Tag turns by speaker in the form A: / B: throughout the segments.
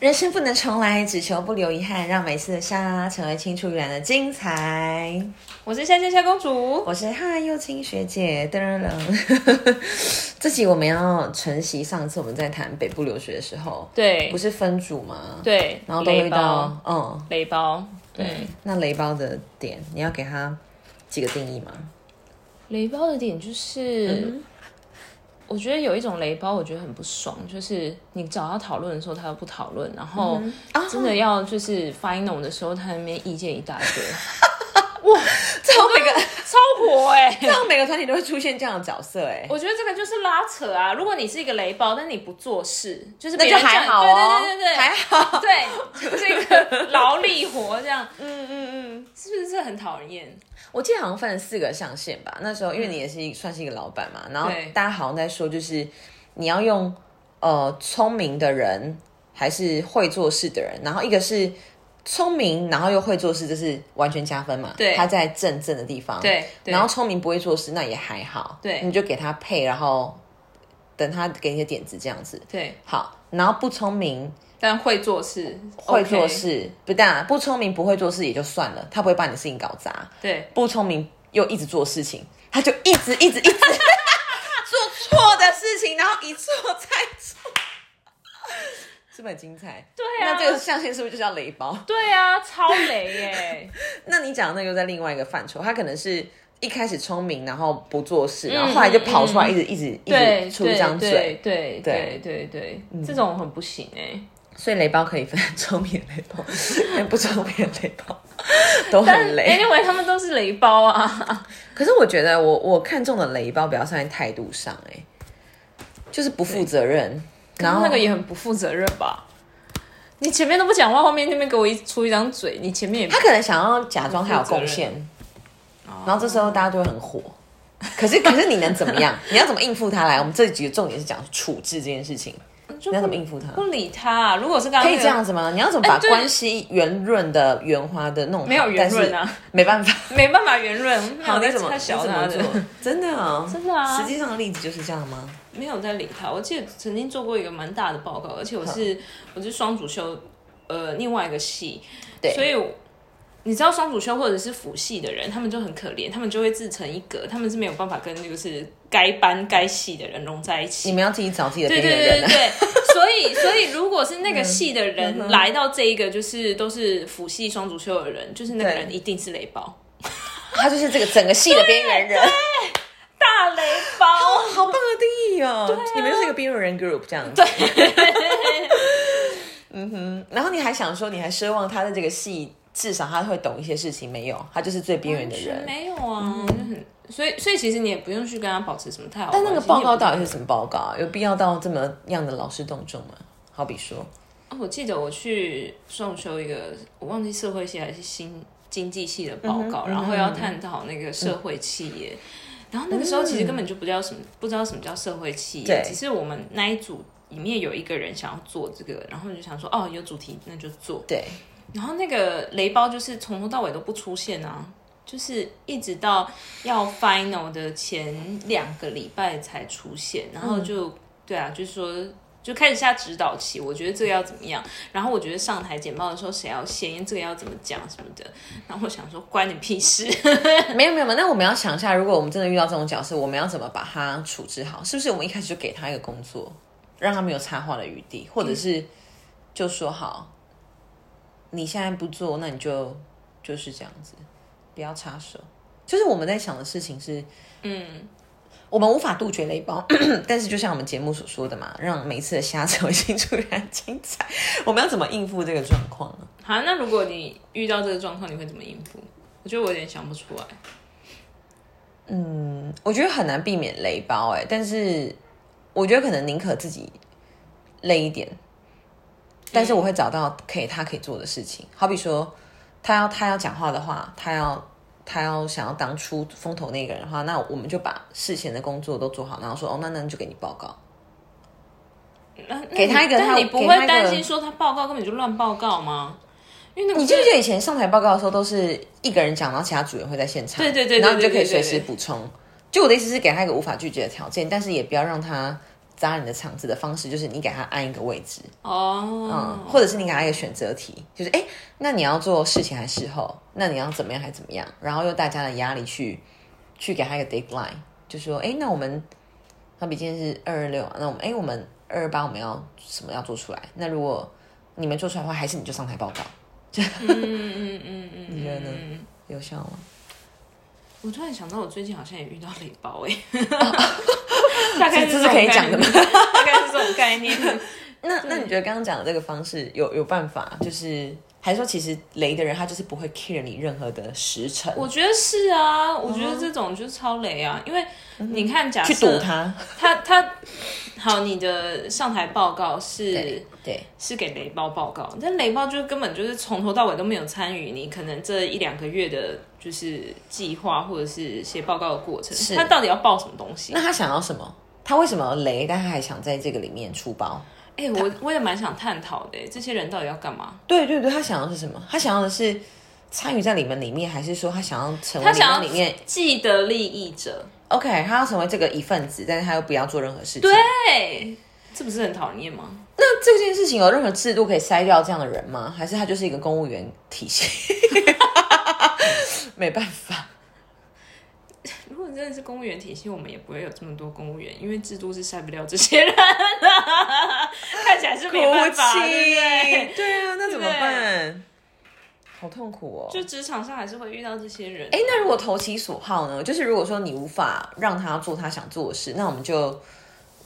A: 人生不能重来，只求不留遗憾，让每次的沙成为青出于蓝的精彩。
B: 我是夏夏夏公主，
A: 我是哈幼青学姐，噔噔噔。 这集我们要承袭上次我们在谈北部留学的时候，
B: 对
A: 不是分组吗？，
B: 对，
A: 然后都
B: 雷
A: 遇
B: 包
A: 到，嗯，
B: 雷包，嗯对，
A: 那雷包的点，你要给他几个定义吗？
B: 雷包的点
A: 嗯
B: 就是，我觉得有一种雷包，我觉得很不爽，就是你找他讨论的时候，他又不讨论，然后
A: 嗯啊
B: 真的要就是 final 的时候，他在那边意见一大 堆，
A: 这种 每个
B: 超火哎、
A: 这种每个团体都会出现这样的角色、哎，
B: 我觉得这个就是拉扯啊！如果你是一个雷包，但你不做事，就是
A: 那
B: 别
A: 就
B: 人叫你
A: 还好哦，
B: 对对对对对，
A: 还好。
B: 对，就是一个劳力活这样，嗯嗯嗯，是不是很讨人厌？
A: 我记得好像分了四个象限吧。那时候因为你也是一算是一个老板嘛，然后
B: 嗯对
A: 大家好像在说，就是你要用呃聪明的人还是会做事的人，然后一个是聪明，然后又会做事，这是完全加分嘛。
B: 对
A: 他在正正的地方。
B: 对对
A: 然后聪明不会做事，那也还好。
B: 对
A: 你就给他配，然后等他给你一些点子这样子。
B: 对，
A: 好，然后不聪明
B: 但会做事，
A: 会
B: OK
A: 做事不但不聪明不会做事也就算了，他不会把你的事情搞砸。
B: 对，
A: 不聪明又一直做事情，他就一直一直一直 做错的事情，然后一错再错，是不是很精彩？
B: 对啊
A: 那这个象限是不是就叫雷 包？
B: 对啊，超雷耶、
A: 那你讲的那个又在另外一个范畴，他可能是一开始聪明，然后不做事，
B: 嗯
A: 然后后来就跑出来，一直一直 一
B: 对，
A: 直出一张嘴，嗯
B: 对对对对对，这种很不行哎、
A: 所以雷包可以分聪明的雷 包跟不聪明的雷包，都
B: 但
A: 很雷。
B: anyway，他们都是雷包 啊，
A: 可是我觉得我我看中的雷包不要上在态度上、哎，就是不负责任。然
B: 然
A: 后
B: 后那个也很不负责任吧？你前面都不讲话，后面那边给我一出一张嘴，你前面也不
A: 他可能想要假装他有贡献，然后这时候大家就会很火。可是可是你能怎么 样？你要怎么应付他来？我们这几个重点是讲处置这件事情，
B: 就
A: 你要怎么应付他？
B: 不理他、啊如果是刚刚、
A: 可
B: 那
A: 以
B: 个、
A: 这样子吗？你要怎么把
B: 嗯哎对
A: 关系圆润的、圆滑的弄好？没
B: 有圆润啊，
A: 没办法。
B: 没办法圆润，
A: 好，
B: 好
A: 你怎么
B: 太小
A: 你怎
B: 他
A: 么
B: 的
A: 做，？ 真的啊，真
B: 的啊
A: 实际上的例子就是这样吗？
B: 没有在理他。我记得曾经做过一个蛮大的报告，而且我是我是双主修，呃，另外一个系，
A: 对
B: 所以我你知道双主修或者是辅系的人，他们就很可怜，他们就会自成一格，他们是没有办法跟就是该班该系的人融在一起
A: 你。们要自己找自己的
B: 对
A: 边
B: 对
A: 缘
B: 对
A: 人嗯
B: 对
A: 啊。
B: 对，所以所以如果是那个系的人来到这一个，就是都是辅系双主修的人，就是那个
A: 对
B: 人一定是雷包，
A: 他就是这个整个系的边缘人，
B: 大雷包。
A: 哦好棒的定义哦！你们就是一个边缘人 group 这样 子。然后你还想说，你还奢望他在这个戏至少他会懂一些事情，没有，他就是最边缘的人。
B: 没有啊，就很所以所以其实你也不用去跟他保持什么太好。
A: 但那个报告到底
B: 是？
A: 是什么报告啊？有必要到这么样的劳师动众吗？好比说，
B: 哦我记得我去送修一个，我忘记社会系还是新经济系的报
A: 嗯
B: 告，然后要探讨那个社会企业。然后那个时候其实根本就不知道什么，不知道什么叫社会企业
A: 对，
B: 只是我们那一组里面有一个人想要做这个，然后就想说哦有主题那就做，
A: 对，
B: 然后那个雷包就是从头到尾都不出现啊，就是一直到要 final 的前两个礼拜才出现，然后就、对啊，就是说就开始下指导期，我觉得这个要怎么样，然后我觉得上台简报的时候谁要先，这个要怎么讲什么的，然后我想说关你屁事，
A: 没有没有没有。那我们要想一下，如果我们真的遇到这种角色，我们要怎么把他处置好？是不是我们一开始就给他一个工作，让他没有插话的余地，或者是就说好，你现在不做，那你就就是这样子，不要插手。就是我们在想的事情是，
B: 嗯，
A: 我们无法杜绝雷包， 但是就像我们节目所说的嘛，让每一次的瞎 扯为新突然精彩。我们要怎么应付这个状况呢？
B: 好，那如果你遇到这个状况，你会怎么应付？我觉得我有点想不出来，
A: 我觉得很难避免雷包哎、但是我觉得可能宁可自己累一点，但是我会找到可以他可以做的事情。好比说，他要他要讲话的话，他要他要想要当出风头那个人的话，那我们就把事前的工作都做好，然后说哦，那那你就给你报告。
B: 那那
A: 给他一个
B: 但
A: 他
B: 你不
A: 给
B: 会
A: 他一个
B: 担心说他报告根本就乱报告吗？因为那个
A: 你记不记得以前上台报告的时候，都是一个人讲，然后其他组员会在现场，
B: 对对对对
A: 然后你就可以
B: 对
A: 随
B: 对对
A: 时补充。就我的意思是，给他一个无法拒绝的条件，但是也不要让他扎你的肠子的方式，就是你给他按一个位置，
B: 哦，
A: 或者是你给他一个选择题，就是哎，诶那你要做事情还是事后？那你要怎么样还怎么样？然后用大家的压力去去给他一个 deadline，就说哎，诶那我们好比今天是二二六，那我们哎我们二二八我们要什么要做出来？那如果你们做出来的话，还是你就上台报告，
B: 嗯嗯嗯嗯，你
A: 觉得呢有效吗？
B: 我突然想到，我最近好像也遇到雷包哎、 大概
A: 这
B: 是
A: 这是可以讲的吗
B: 吗？大概是这种概念。
A: 那那你觉得刚刚讲的这个方式有有办法？就是还是说其实雷的人他就是不会 care 你任何的时辰，
B: 我觉得是啊，我觉得这种就是超雷啊，因为你看，假
A: 哦嗯去堵
B: 设
A: 他，
B: 他他好，你的上台报告是
A: 对。对
B: 是给雷包报告，但雷包就根本就是从头到尾都没有参与你可能这一两个月的，就是计划或者是写报告的过程，
A: 是
B: 他到底要报什么东西
A: 那？他想要什么？他为什么雷？但他还想在这个里面出包？
B: 哎、我我也蛮想探讨的，欸这些人到底要干嘛？
A: 对对对，他想要的是什么？他想要的是参与在你们里面，还是说他想要成为
B: 他
A: 你
B: 想要
A: 们里面
B: 既得利益者，
A: ？OK，他要成为这个一份子，但是他又不要做任何事情。
B: 对，啊这不是很讨人厌吗？
A: 那这件事情有任何制度可以筛掉这样的人吗？还是他就是一个公务员体 系？没办法，
B: 如果真的是公务员体系，我们也不会有这么多公务员，因为制度是筛不掉这些人，啊 看起来是没办法，
A: 哭泣
B: 对不对？
A: 对啊，那怎么
B: 对
A: 办？好痛苦哦！
B: 就职场上还是会遇到这些人。
A: 哎，那如果投其所好呢？就是如果说你无法让他做他想做的事，那我们就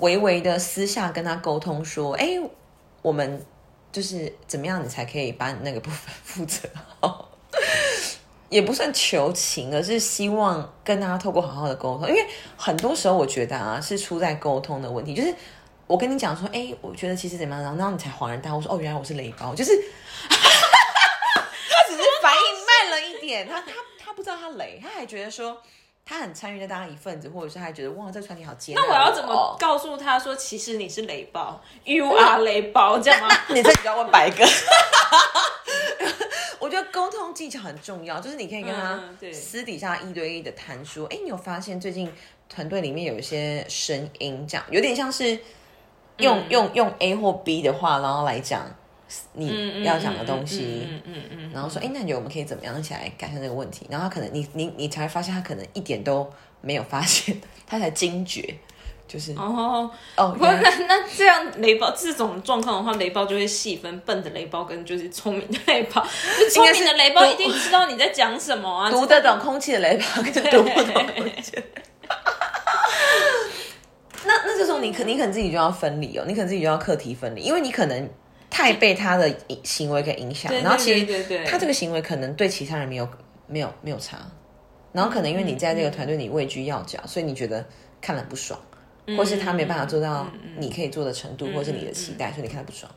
A: 微微的私下跟他沟通说，哎，我们就是怎么样，你才可以把你那个部分 负责好。也不算求情，而是希望跟他透过好好的沟通，因为很多时候我觉得啊，是出在沟通的问题。就是我跟你讲说，哎、我觉得其实怎么样，然后然后你才恍然大悟说，哦，原来我是雷包，就是他只是反应慢了一点，他他他不知道他雷，他还觉得说他很参与在大家一份子，或者是他还觉得哇，这个团体好接纳。
B: 那我要怎么
A: 哦
B: 告诉他说，其实你是雷包，You are 雷包，这样吗？
A: 你这你就要问白哥。 我觉得沟通技巧很重要，就是你可以跟他
B: 嗯对
A: 私底下一对一的谈说，哎、你有发现最近团队里面有一些声音，这样有点像是用、
B: 嗯
A: 用用 A 或 B 的话，然后来讲你 要讲的东西，
B: 嗯嗯嗯嗯嗯
A: 然后说，哎、那你觉得我们可以怎么样一起来改善这个问题？然后他可能你你你才会发现，他可能一点都没有发现，他才惊觉，就是
B: 嗯哦，
A: 哦，
B: 不
A: 原来
B: 那那这样雷包这种状况的话，雷包就会细分笨的雷包跟就是聪明的雷 包。就聪明的雷包一定知道你在讲什么啊，
A: 读
B: 知道
A: 得懂空气的雷包，跟读不懂 空气的雷包。那那这时候你可你可能自己就要分离哦，你可能自己就要课题分离，因为你可能太被他的影行为给影响，
B: 对
A: 然后其
B: 对对
A: 实
B: 对对
A: 他这个行为可能对其他人没有没有没有差，然后可能因为你在这个团队你畏居要角，所以你觉得看了不爽，
B: 嗯
A: 或是他没办法做到你可以做的程度，或是你的期待，所以你看了不爽。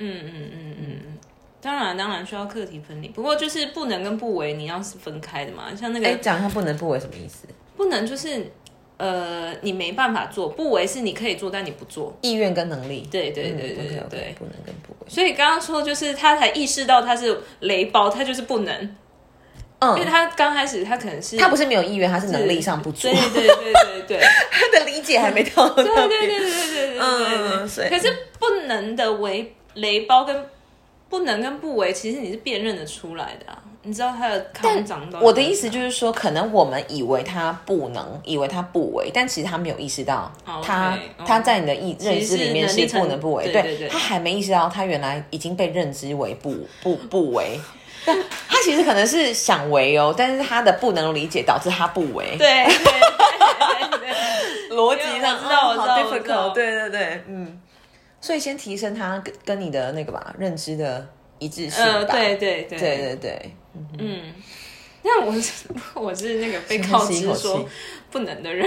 B: 嗯嗯嗯嗯嗯，当然当然需要课题分离，不过就是不能跟不为你要是分开的嘛，像那
A: 哎，
B: 个
A: 讲一下不能不为什么意思？
B: 不能就是呃你没办法做，不为是你可以做但你不做，
A: 意愿跟能力。
B: 对对对对对
A: o k
B: 对。
A: 不能跟不为。
B: 所以刚刚说就是他才意识到他是雷包，他就是不能，
A: 嗯
B: 因为他刚开始他可能是
A: 他不是没有意愿，他是能力上不足
B: 对，对对对对对。
A: 他的理解还没到那
B: 对对对对对对
A: 边。
B: 对对
A: 嗯嗯
B: 对
A: 是
B: 对。可是不能的为雷包跟不能跟不为，其实你是辨认得出来的、啊，你知道他的康长到。
A: 我的意 思就是说，可能我们以为他不能，以为他不为，但其实他没有意识到
B: 哦
A: 他
B: OK，哦
A: 他在你的意认知里面
B: 其
A: 是
B: 实是能力层
A: 不能不为，
B: 对对对
A: 他还没意识到他原来已经被认知为不不不为。 但他其实可能是想为哦，但是他的不能理解导致他不为，
B: 对对对对对
A: 逻辑
B: 因为
A: 上
B: 我知道
A: 哦
B: 我知道
A: 好
B: 我知
A: difficult，
B: 道
A: 对对对，嗯，所以先提升他跟跟你的那个吧认知的一 致性
B: 呃，
A: 吧，
B: 对对对
A: 对对对，
B: 嗯。但我是 我是那个被告
A: 深
B: 知
A: 吸一口
B: 说
A: 气
B: 不能的人，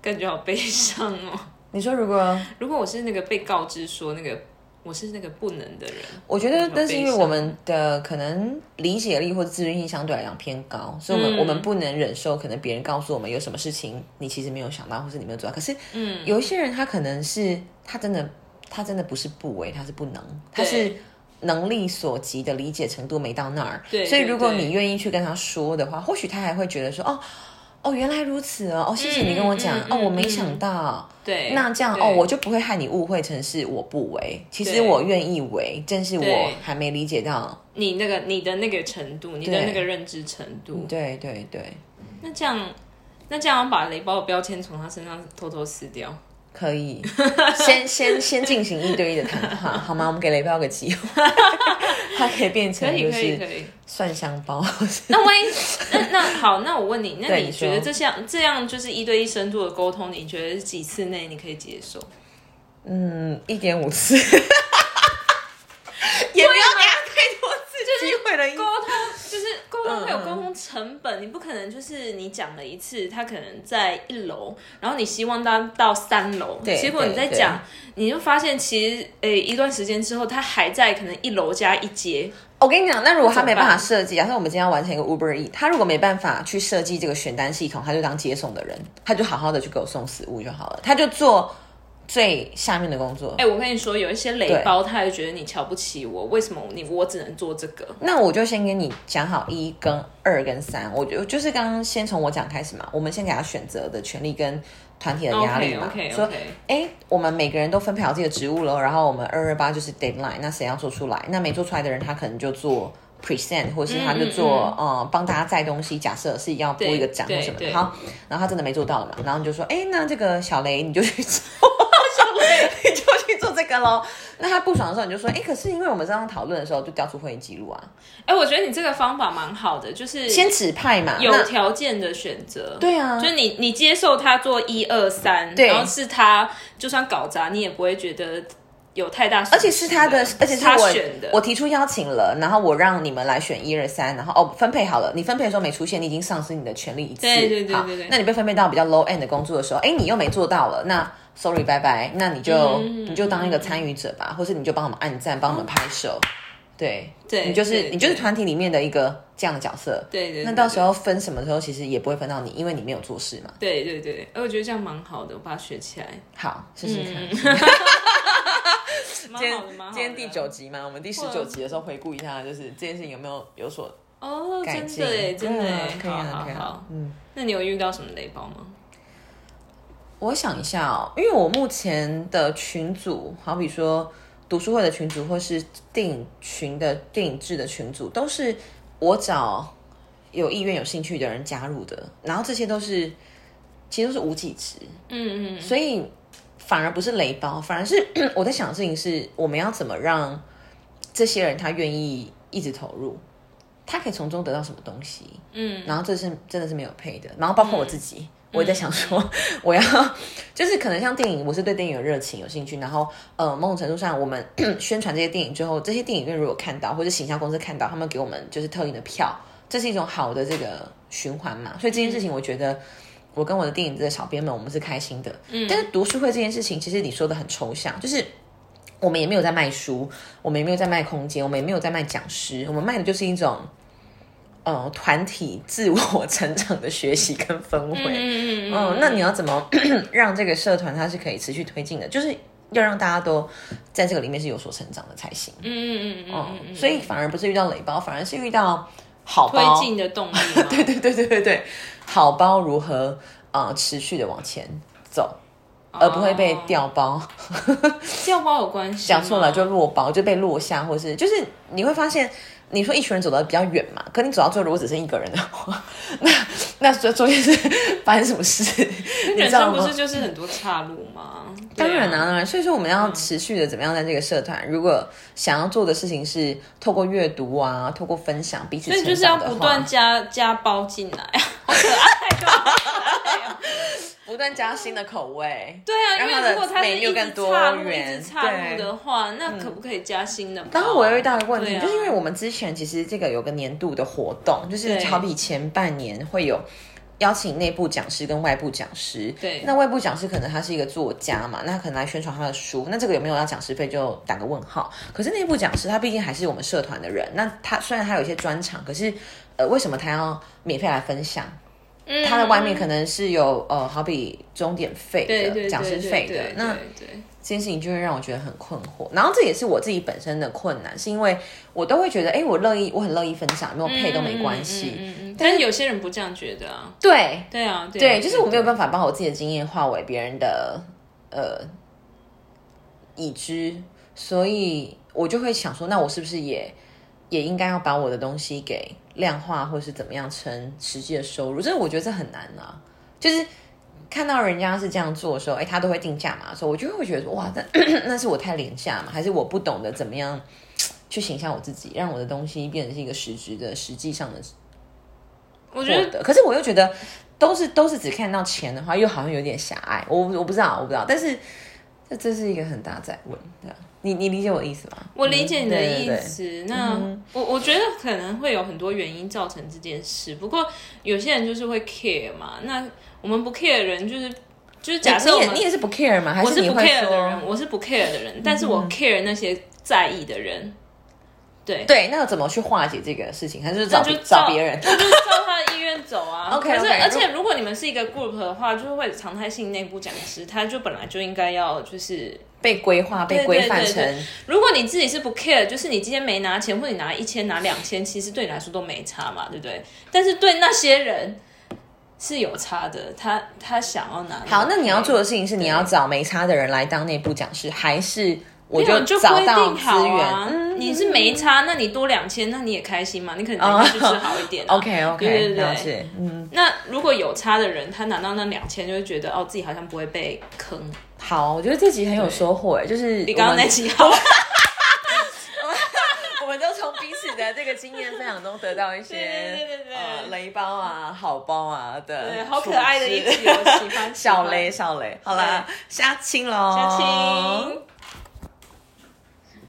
B: 感觉好悲伤哦。
A: 你说如果
B: 如果我是那个被告知说那个我是那个不能的人，
A: 我觉得
B: 有，
A: 但是
B: 悲
A: 因为
B: 伤
A: 我们的可能理解力或自尊心相对来讲偏高，所以我们、
B: 嗯
A: 我们不能忍受可能别人告诉我们有什么事情你其实没有想到，或是你没有做到。可是，嗯，有一些人他可能是他真的他真的不是不为，他是不能，他是能力所及的理解程度没到那儿。
B: 对
A: 所以如果
B: 对对
A: 你愿意去跟他说的话，或许他还会觉得说哦。哦，原来如此哦，哦，谢谢你跟我讲，
B: 嗯嗯
A: 哦，我没
B: 嗯
A: 想到，
B: 对，
A: 那这样
B: 对
A: 哦，我就不会害你误会成是我不为，其实
B: 对
A: 我愿意为，正是我
B: 对
A: 还没理解到，
B: 你那个你的那个程度，你的
A: 对嗯
B: 那个认知程度，
A: 对对对，
B: 那这样，那这样把雷包的标签从他身上偷偷撕掉。
A: 可 以，先先先进行一对一的谈话，好吗？我们给雷包个机 会，他可以变成
B: 可以
A: 就
B: 可以可
A: 是
B: 以。
A: 蒜香包，或是
B: 那万一 那那好，那我问你，那
A: 对
B: 你
A: 你
B: 觉得
A: 说
B: 这项这样就是一对一深度的沟通，你觉得几次内你可以接受？
A: 嗯一点五次，也不要给他太多次机会了，因为
B: 沟通就是沟通
A: 嗯
B: 会有沟通成本，你不可能就是你讲了一次，他可能在一楼，然后你希望他到三楼，
A: 对
B: 结果你在
A: 对
B: 讲，你就发现其实诶、一段时间之后，他还在可能一楼加一阶，
A: 我跟你讲，那如果他
B: 那怎么
A: 没办
B: 办
A: 法设计，假设我们今天要完成一个 Uber E，他如果没办法去设计这个选单系统，他就当接送的人，他就好好的去给我送食物就好了，他就做最下面的工作。
B: 哎、我跟你说，有一些雷包，他也觉得你瞧不起我，为什么你我只能做这个？
A: 那我就先跟你讲好一跟二跟三，我就就是刚刚先从我讲开始嘛，我们先给他选择的权利跟团体的压力
B: OK
A: 嘛
B: OK
A: 说
B: OK，
A: 哎，我们每个人都分配好自己的职务了，然后我们二二八就是 deadline，那谁要做出来？那没做出来的人，他可能就做 present，或是他就做嗯帮大家载东西。假设是要播一个展或
B: 对
A: 什么的，
B: 对
A: 好，然后他真的没做到了嘛，然后你就说，哎，那这个小雷你就去做， 小雷 你就去做这个喽。那他不爽的时候，你就说，哎，可是因为我们刚刚讨论的时候就调出会议记录啊，
B: 哎、我觉得你这个方法蛮好的，就是
A: 先指派嘛，
B: 有
A: 那
B: 条件的选择。
A: 对啊
B: 就，是你你接受他做一二三，
A: 对
B: 然后是他就算搞砸，你也不会觉得有太大损失，
A: 而且是他的，而且
B: 是
A: 是我
B: 选的。
A: 我提出邀请了，然后我让你们来选一二三，然后哦分配好了，你分配的时候没出现，你已经丧失你的权利一次。
B: 对对对
A: 好
B: 对对
A: 那你被分配到比较 low end 的工作的时候，哎，你又没做到了，那 sorry 拜拜，那你就、
B: 嗯
A: 你就当一个参与者吧，或是你就帮我们按赞，帮我们拍手。对，
B: 对
A: 你就是
B: 对
A: 你就是
B: 对
A: 团体里面的一个这样的角色。
B: 对对对
A: 那到时候分什么的时候，其实也不会分到你，因为你没有做事嘛。
B: 对对对，哎，我觉得这样蛮好的，我把它学起来，
A: 好，试试
B: 嗯
A: 看。
B: 蛮
A: 今天
B: 好的，蛮好的。
A: 今天第九集嘛，我们第十九集的时候回顾一下，就是这件事情有没有有所
B: 哦，
A: 改
B: 真
A: 进
B: 的哎，真的哎，
A: 对啊
B: 好好
A: 可以啊可以啊
B: 好，
A: 嗯。
B: 那你有遇到什么雷包吗？
A: 我想一下哦，因为我目前的群组，好比说读书会的群组，或是电影群的电影制的群组，都是我找有意愿、有兴趣的人加入的，然后这些都是其实都是无几值，
B: 嗯嗯，
A: 所以反而不是雷包，反而是嗯我在想的事情是，我们要怎么让这些人他愿意一直投入，他可以从中得到什么东西？
B: 嗯，
A: 然后这是真的是没有配的，然后包括我自己，我也在想说， 我要就是可能像电影，我是对电影有热情、有兴趣，然后呃，某种程度上，我们 宣传这些电影之后，这些电影院如果看到，或者形象公司看到，他们给我们就是特定的票，这是一种好的这个循环嘛。所以这件事情，我觉得。我跟我的电影的小编们，我们是开心的。嗯，但是读书会这件事情，其实你说的很抽象，就是我们也没有在卖书，我们也没有在卖空间，我们也没有在卖讲师，我们卖的就是一种，呃，团体自我 成长的学习跟氛围。
B: 嗯嗯嗯
A: 嗯，那你要怎么 让这个社团它是可以持续推进的？就是要让大家都在这个里面是有所成长的才行。
B: 嗯嗯嗯嗯嗯，
A: 哦所以反而不是遇到雷包，反而是遇到好包。
B: 推进的动力嘛。对
A: 对对对对对，好包如何呃持续的往前走，
B: 哦
A: 而呃不会被掉包。
B: 掉包有关系吗，
A: 讲错了就落包，就被落下，或是就是你会发现，你说一群人走得比较远嘛，可你走到最后如果只剩一个人的话， 那那这中间是 发生什么事？你
B: 人
A: 知道
B: 生不
A: 吗
B: 是？就是很多岔路吗？
A: 当然
B: 对
A: 啊，
B: 啊，
A: 当然，所以说我们要持续的怎么样在这个社团，如果想要做的事情是透过阅读啊，透过分享彼此
B: 所以
A: 成
B: 就是要
A: 长的话，
B: 不断加加包进来，好可爱哦。
A: 不断加新的口味。
B: 对啊，因
A: 让它
B: 为如果
A: 的
B: 它是
A: 美
B: 一
A: 六
B: 直
A: 更多
B: 岔路、一
A: 元
B: 直岔路
A: 对
B: 的话，那可不可以加新的包？
A: 然后我又遇到一个问题，
B: 对啊
A: 就是因为我们之前其实这个有个年度的活动，就是
B: 对
A: 好比前半年会有邀请内部讲师跟外部讲师。
B: 对
A: 那外部讲师可能他是一个作家嘛，那他可能来宣传他的书，那这个有没有要讲师费就打个问号。可是内部讲师他毕竟还是我们社团的人，那他虽然他有一些专场，可是呃，为什么他要免费来分享？
B: 嗯
A: 它的外面可能是有呃，好比钟点费
B: 对对
A: 的、讲师费
B: 对
A: 的
B: 对，
A: 那
B: 对对
A: 这件事情就会让我觉得很困惑。然后这也是我自己本身的困难，是因为我都会觉得，哎，我乐意，我很乐意分享，有没有配都没关系。
B: 嗯嗯嗯嗯嗯但是有些人不这样觉得啊，
A: 对
B: 对啊，对
A: 对，就是我没有
B: 法。
A: 办法把我自己的经验化为别人的呃已知，所以我就会想说，那我是不是也也应该要把我的东西给量化，或是怎么样成实际的收入？这我觉得这很难啊，就是。看到人家是这样做的时候，哎、他都会定价嘛，所以我就会觉得说，哇，那那 是我太廉价嘛，还是我不懂得怎么样去形象我自己，让我的东西变成是一个实质的、实际上的
B: 我觉
A: 获
B: 得
A: 得。可是我又觉得，都是都是只看到钱的话，又好像有点狭隘。我我不知道，我不知道。但是这这是一个很大在问，对啊，你你理解我的意思吗？
B: 我理解你的
A: 嗯对
B: 意
A: 对嗯
B: 思。那、我我觉得可能会有很多原因造成这件事，不过有些人就是会 care 嘛。那我们不 care 的人就是就是假设我
A: 你
B: 们
A: 也你也是不 care 吗？还
B: 我是
A: 你
B: 不
A: 会
B: care 的
A: 说
B: 人，我是不 care 的人，但是我 care 那些在意的人，
A: 对？那怎么去化解这个事情？还是找
B: 那就
A: 找别人？
B: 就是照他的意愿走 啊。
A: OK，OK，
B: 可是而且
A: 如
B: 如果你们是一个 group 的话，就是会有常态性内部讲师，他就本来就应该要就是
A: 被规划、被
B: 对
A: 规范
B: 对
A: 成
B: 对如果你自己是不 care，就是你今天没拿钱，或你拿一千、拿两千，其实对你来说都没差嘛，对不对？但是对那些人是有差的，他他想要拿。
A: 好。那你要做的事情是，你要找没差的人来当内部讲师，还是我
B: 没有。就
A: 找
B: 规
A: 到
B: 定
A: 资
B: 好
A: 源？
B: 啊，
A: 嗯
B: 你是没差，那你多两千，那你也开心嘛？你可 能就吃好一点啊、
A: OK
B: 对
A: OK，
B: 对对
A: 了解。嗯，
B: 那如果有差的人，他拿到那两千，就会觉得哦，自己好像不会被坑。
A: 好，我觉得这集很有收获，哎就是
B: 比刚
A: 我
B: 刚
A: 们
B: 那期 好，
A: 我们都从彼此的这个经验分享中得到一些
B: 对对对对对
A: 呃雷包啊、好包啊的，
B: 对，好可 爱的一集，我喜欢
A: 小雷。小雷。好啦，下期喽，
B: 下期。